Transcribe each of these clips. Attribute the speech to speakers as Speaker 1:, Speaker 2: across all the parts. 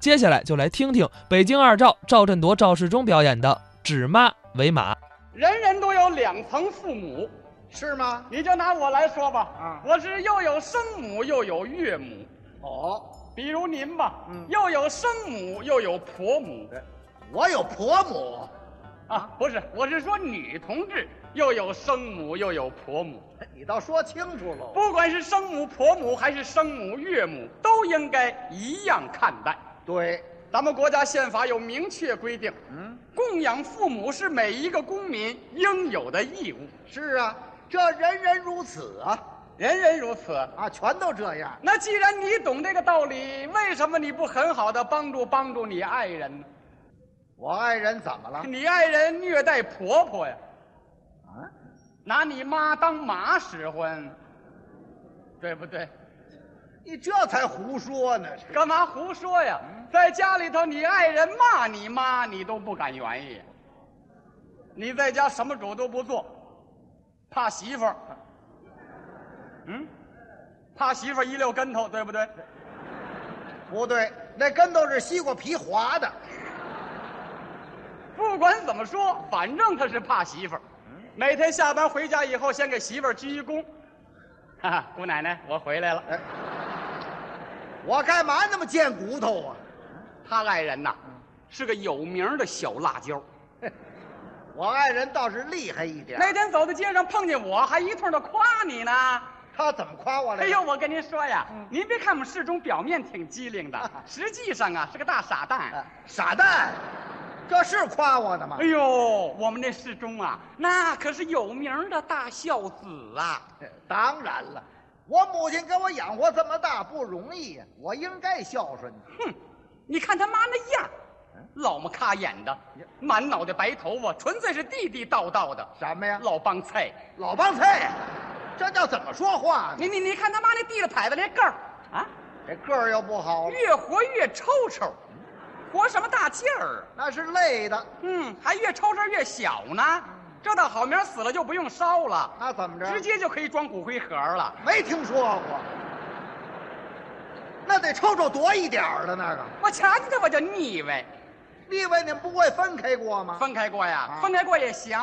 Speaker 1: 接下来就来听听北京二赵赵振铎、赵世忠表演的《指妈为马》。
Speaker 2: 人人都有两层父母，
Speaker 3: 是吗？
Speaker 2: 你就拿我来说吧，
Speaker 3: 啊
Speaker 2: 我是又有生母又有岳母，
Speaker 3: 哦，
Speaker 2: 比如您吧，
Speaker 3: 嗯
Speaker 2: 又有生母又有婆母
Speaker 3: 我有婆母，
Speaker 2: 啊，不是，我是说女同志又有生母又有婆母，
Speaker 3: 你倒说清楚喽。
Speaker 2: 不管是生母、婆母还是生母、岳母，都应该一样看待。
Speaker 3: 对，
Speaker 2: 咱们国家宪法有明确规定，
Speaker 3: 嗯，
Speaker 2: 供养父母是每一个公民应有的义务，
Speaker 3: 是啊，这人人如此啊，
Speaker 2: 人人如此。
Speaker 3: 啊，全都这样。
Speaker 2: 那既然你懂这个道理，为什么你不很好的帮助帮助你爱人呢？
Speaker 3: 我爱人怎么了？
Speaker 2: 你爱人虐待婆婆呀，
Speaker 3: 啊，
Speaker 2: 拿你妈当马使唤，对不对？
Speaker 3: 你这才胡说呢！是
Speaker 2: 干嘛胡说呀？在家里头，你爱人骂你妈，你都不敢原意。你在家什么主都不做，怕媳妇儿，嗯，怕媳妇儿一溜跟头，对不对？
Speaker 3: 不对，那跟头是西瓜皮划的。
Speaker 2: 不管怎么说，反正他是怕媳妇儿。每天下班回家以后，先给媳妇儿鞠一躬，哈哈，姑奶奶，我回来了。
Speaker 3: 哎，我干嘛那么贱骨头啊？
Speaker 2: 他爱人呐，是个有名儿的小辣椒。
Speaker 3: 我爱人倒是厉害一点。
Speaker 2: 那天走在街上碰见我，还一通的夸你呢。
Speaker 3: 他怎么夸我来
Speaker 2: 哎
Speaker 3: 着？
Speaker 2: 呦，我跟您说呀，
Speaker 3: 嗯
Speaker 2: 您别看我们世忠表面挺机灵的， 实际上啊是个大傻蛋
Speaker 3: 哎。傻蛋，这是夸我的吗
Speaker 2: 哎？呦，我们这世忠啊，那可是有名儿的大孝子啊！
Speaker 3: 当然了，我母亲给我养活这么大不容易呀，我应该孝顺你。
Speaker 2: 哼，你看他妈那样儿，老么卡眼的，满脑袋白头发，纯粹是地地道道的
Speaker 3: 什么呀？
Speaker 2: 老帮菜。
Speaker 3: 老帮菜，这叫怎么说话呢？
Speaker 2: 你你你看他妈那地了牌子那盖儿啊，
Speaker 3: 这个儿又不好，
Speaker 2: 越活越抽抽，活什么大劲儿啊？
Speaker 3: 那是累的。
Speaker 2: 嗯，还越抽抽越小呢。这倒好，明儿死了就不用烧了。
Speaker 3: 那怎么着？
Speaker 2: 直接就可以装骨灰盒了。
Speaker 3: 没听说过。那得抽抽多一点儿的那个。
Speaker 2: 我瞧见他我就腻歪。
Speaker 3: 立伟，你们不会分开过吗？
Speaker 2: 分开过呀
Speaker 3: 啊，
Speaker 2: 分开过也行。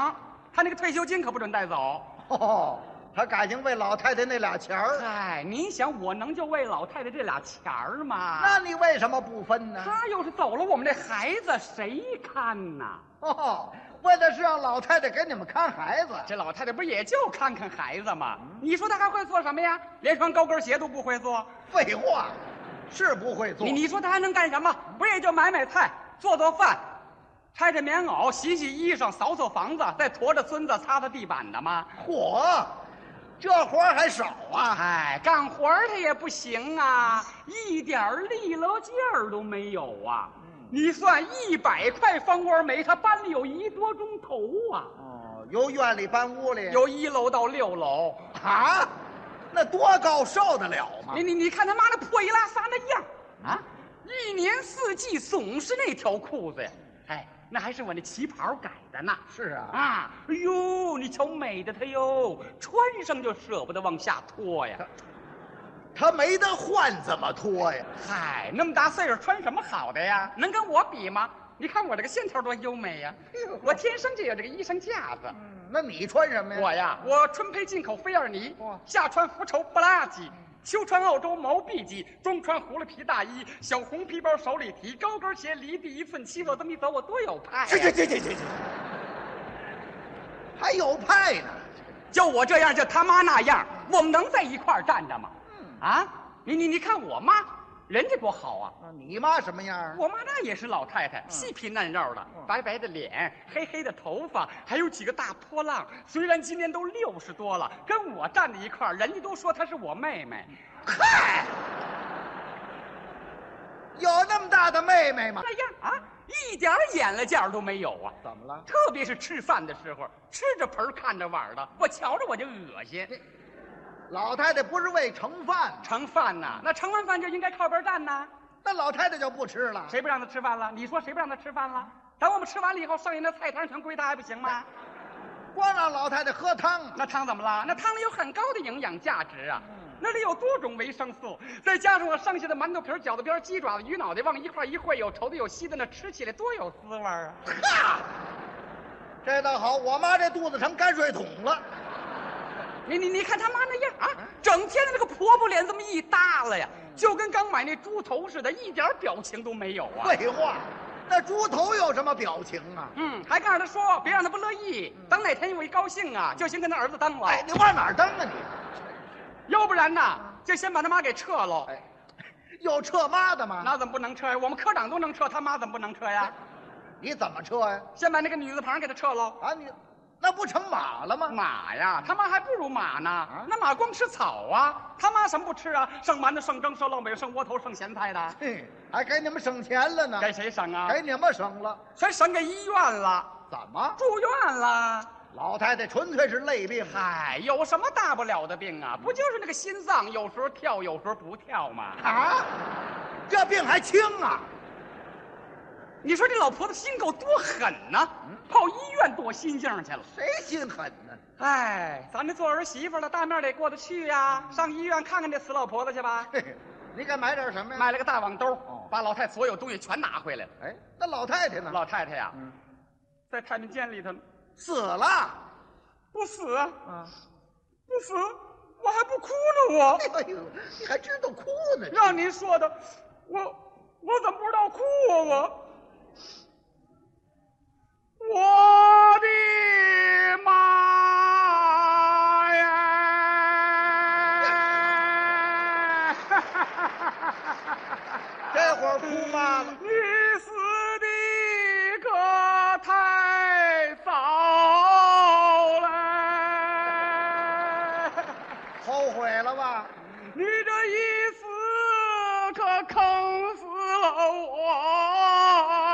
Speaker 2: 他那个退休金可不准带走。
Speaker 3: 哦，他感情为老太太那俩钱儿，
Speaker 2: 哎，您想我能就为老太太这俩钱儿
Speaker 3: 那
Speaker 2: 吗？
Speaker 3: 你为什么不分呢？
Speaker 2: 他要是走了，我们这孩子谁看呐？
Speaker 3: 哦，为的是让老太太给你们看孩子。
Speaker 2: 这老太太不也就看看孩子吗？
Speaker 3: 嗯
Speaker 2: 你说她还会做什么呀？连双高跟鞋都不会做。
Speaker 3: 废话，是不会做。
Speaker 2: 你你说她还能干什么？不也就买买菜、做做饭、拆拆棉袄、洗洗衣裳、扫扫房子，再驮着孙子擦擦地板的吗？
Speaker 3: 火，这活儿还少啊？
Speaker 2: 哎，干活儿他也不行啊，一点儿利落劲儿都没有啊！
Speaker 3: 嗯
Speaker 2: 你算一百块方锅煤，他搬了有一多钟头啊，
Speaker 3: 哦，由院里搬屋里。
Speaker 2: 由一楼到六楼。
Speaker 3: 啊，那多高受得了吗
Speaker 2: 你？你你看他妈那破衣拉撒那样儿，
Speaker 3: 啊，
Speaker 2: 一年四季总是那条裤子呀！哎，那还是我那旗袍改的呢。
Speaker 3: 是啊，
Speaker 2: 啊，哎呦，你瞧美的他哟，穿上就舍不得往下脱呀。
Speaker 3: 他没得换，怎么脱呀？
Speaker 2: 嗨，那么大岁数穿什么好的呀？能跟我比吗？你看我这个线条多优美呀、
Speaker 3: 哎
Speaker 2: 我天生就有这个衣裳架子。
Speaker 3: 嗯那你穿什么呀？
Speaker 2: 我呀，我春培进口菲尔尼
Speaker 3: 哇，
Speaker 2: 夏穿福绸布拉吉，秋穿澳洲毛 B 级，冬穿狐狸皮大衣，小红皮包手里提，高跟鞋离地一寸七，我这么一走，我多有派、
Speaker 3: 去去
Speaker 2: 呀！
Speaker 3: 去去去去，还有派呢？
Speaker 2: 就我这样，就他妈那样，我们能在一块儿站着吗？
Speaker 3: 嗯
Speaker 2: 啊，你你你看我妈，人家多好啊！
Speaker 3: 啊你妈什么样啊？
Speaker 2: 我妈那也是老太太，细皮嫩肉的，白白的脸，黑黑的头发，还有几个大波浪。虽然今年都六十多了，跟我站在一块儿，人家都说她是我妹妹。
Speaker 3: 嗨，有那么大的妹妹吗？
Speaker 2: 那样啊，一点儿眼力见儿都没有啊！
Speaker 3: 怎么了？
Speaker 2: 特别是吃饭的时候，吃着盆儿看着碗儿的，我瞧着我就恶心。
Speaker 3: 老太太不是为盛饭吗，
Speaker 2: 盛饭呐、那盛完饭就应该靠边站呐、
Speaker 3: 那老太太就不吃了。
Speaker 2: 谁不让她吃饭了？你说谁不让她吃饭了？等我们吃完了以后，剩下那菜汤全归她还不行吗？
Speaker 3: 光让老太太喝汤啊？嗯
Speaker 2: 那汤怎么了？那汤里有很高的营养价值啊！那里有多种维生素，再加上我剩下的馒头皮儿、饺子边儿、鸡爪子、鱼脑袋往一块儿一烩，有稠的有稀的，那吃起来多有滋味儿啊！
Speaker 3: 这倒好，我妈这肚子成泔水桶了。
Speaker 2: 你你你看他妈那样啊，
Speaker 3: 嗯
Speaker 2: 整天的那个婆婆脸这么一耷拉呀，就跟刚买那猪头似的，一点表情都没有啊。，
Speaker 3: 废话，那猪头有什么表情啊？
Speaker 2: 嗯，还告诉他说，别让他不乐意，等哪天我一高兴啊，就先跟他儿子当了，
Speaker 3: 嗯哎，你往哪儿蹬啊你？
Speaker 2: 要不然呐，就先把他妈给撤了。
Speaker 3: 哎，有撤妈的吗？
Speaker 2: 那怎么不能撤呀？我们科长都能撤，他妈怎么不能撤呀？
Speaker 3: 嗯你怎么撤呀、
Speaker 2: 先把那个女字旁给他撤喽。
Speaker 3: 啊？你那不成马了吗？
Speaker 2: 马
Speaker 3: 嗯
Speaker 2: 呀，他妈还不如马呢。
Speaker 3: 啊
Speaker 2: 那马光吃草啊，他妈什么不吃啊？剩馒头、剩蒸、剩烙饼、剩窝头、剩咸菜的，
Speaker 3: 嘿，还给你们省钱了呢，
Speaker 2: 给谁省啊？
Speaker 3: 嗯给你们省了。
Speaker 2: 全省给医院了，
Speaker 3: 怎么？
Speaker 2: 住院了。
Speaker 3: 老太太纯粹是累病啊！
Speaker 2: 嗨，有什么大不了的病
Speaker 3: 嗯
Speaker 2: 啊？不就是那个心脏有时候跳，有时候不跳吗？
Speaker 3: 啊，这病还轻啊？
Speaker 2: 你说这老婆子心够多狠呐、
Speaker 3: 嗯
Speaker 2: 跑医院躲心镜去了。
Speaker 3: 谁心狠呢？
Speaker 2: 哎，咱这做儿媳妇的，大面得过得去呀、
Speaker 3: 嗯
Speaker 2: 上医院看看这死老婆子去吧。
Speaker 3: 嘿嘿，你该买点什么呀？
Speaker 2: 买了个大网兜
Speaker 3: 嗯哦，
Speaker 2: 把老太所有东西全拿回来了。
Speaker 3: 哎，那老太太呢？
Speaker 2: 老太太呀、
Speaker 3: 嗯
Speaker 2: 在太平间里头呢
Speaker 3: 死了。
Speaker 2: 不死，
Speaker 3: 啊！
Speaker 2: 不死，我还不哭呢！我
Speaker 3: 哎呦，你还知道哭呢？
Speaker 2: 让您说的，我我怎么不知道哭啊？我我的妈呀！
Speaker 3: 这会儿哭妈了。
Speaker 2: 你死的可太早了，
Speaker 3: 后悔了吧？
Speaker 2: 你这一死可坑死了我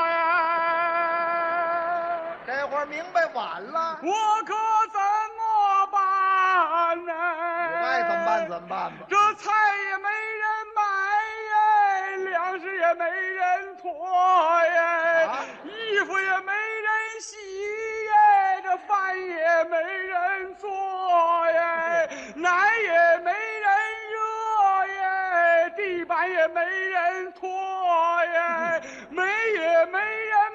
Speaker 2: 呀！
Speaker 3: 这会儿明白晚了，
Speaker 2: 我可怎么办呢？
Speaker 3: 我该怎么办怎么办吧？
Speaker 2: 这菜也没人买耶，粮食也没人驮耶，
Speaker 3: 啊
Speaker 2: 衣服也没人洗耶，这饭也没人做耶，奶也没人热耶，地板也没人拖耶，煤也没人
Speaker 3: 哎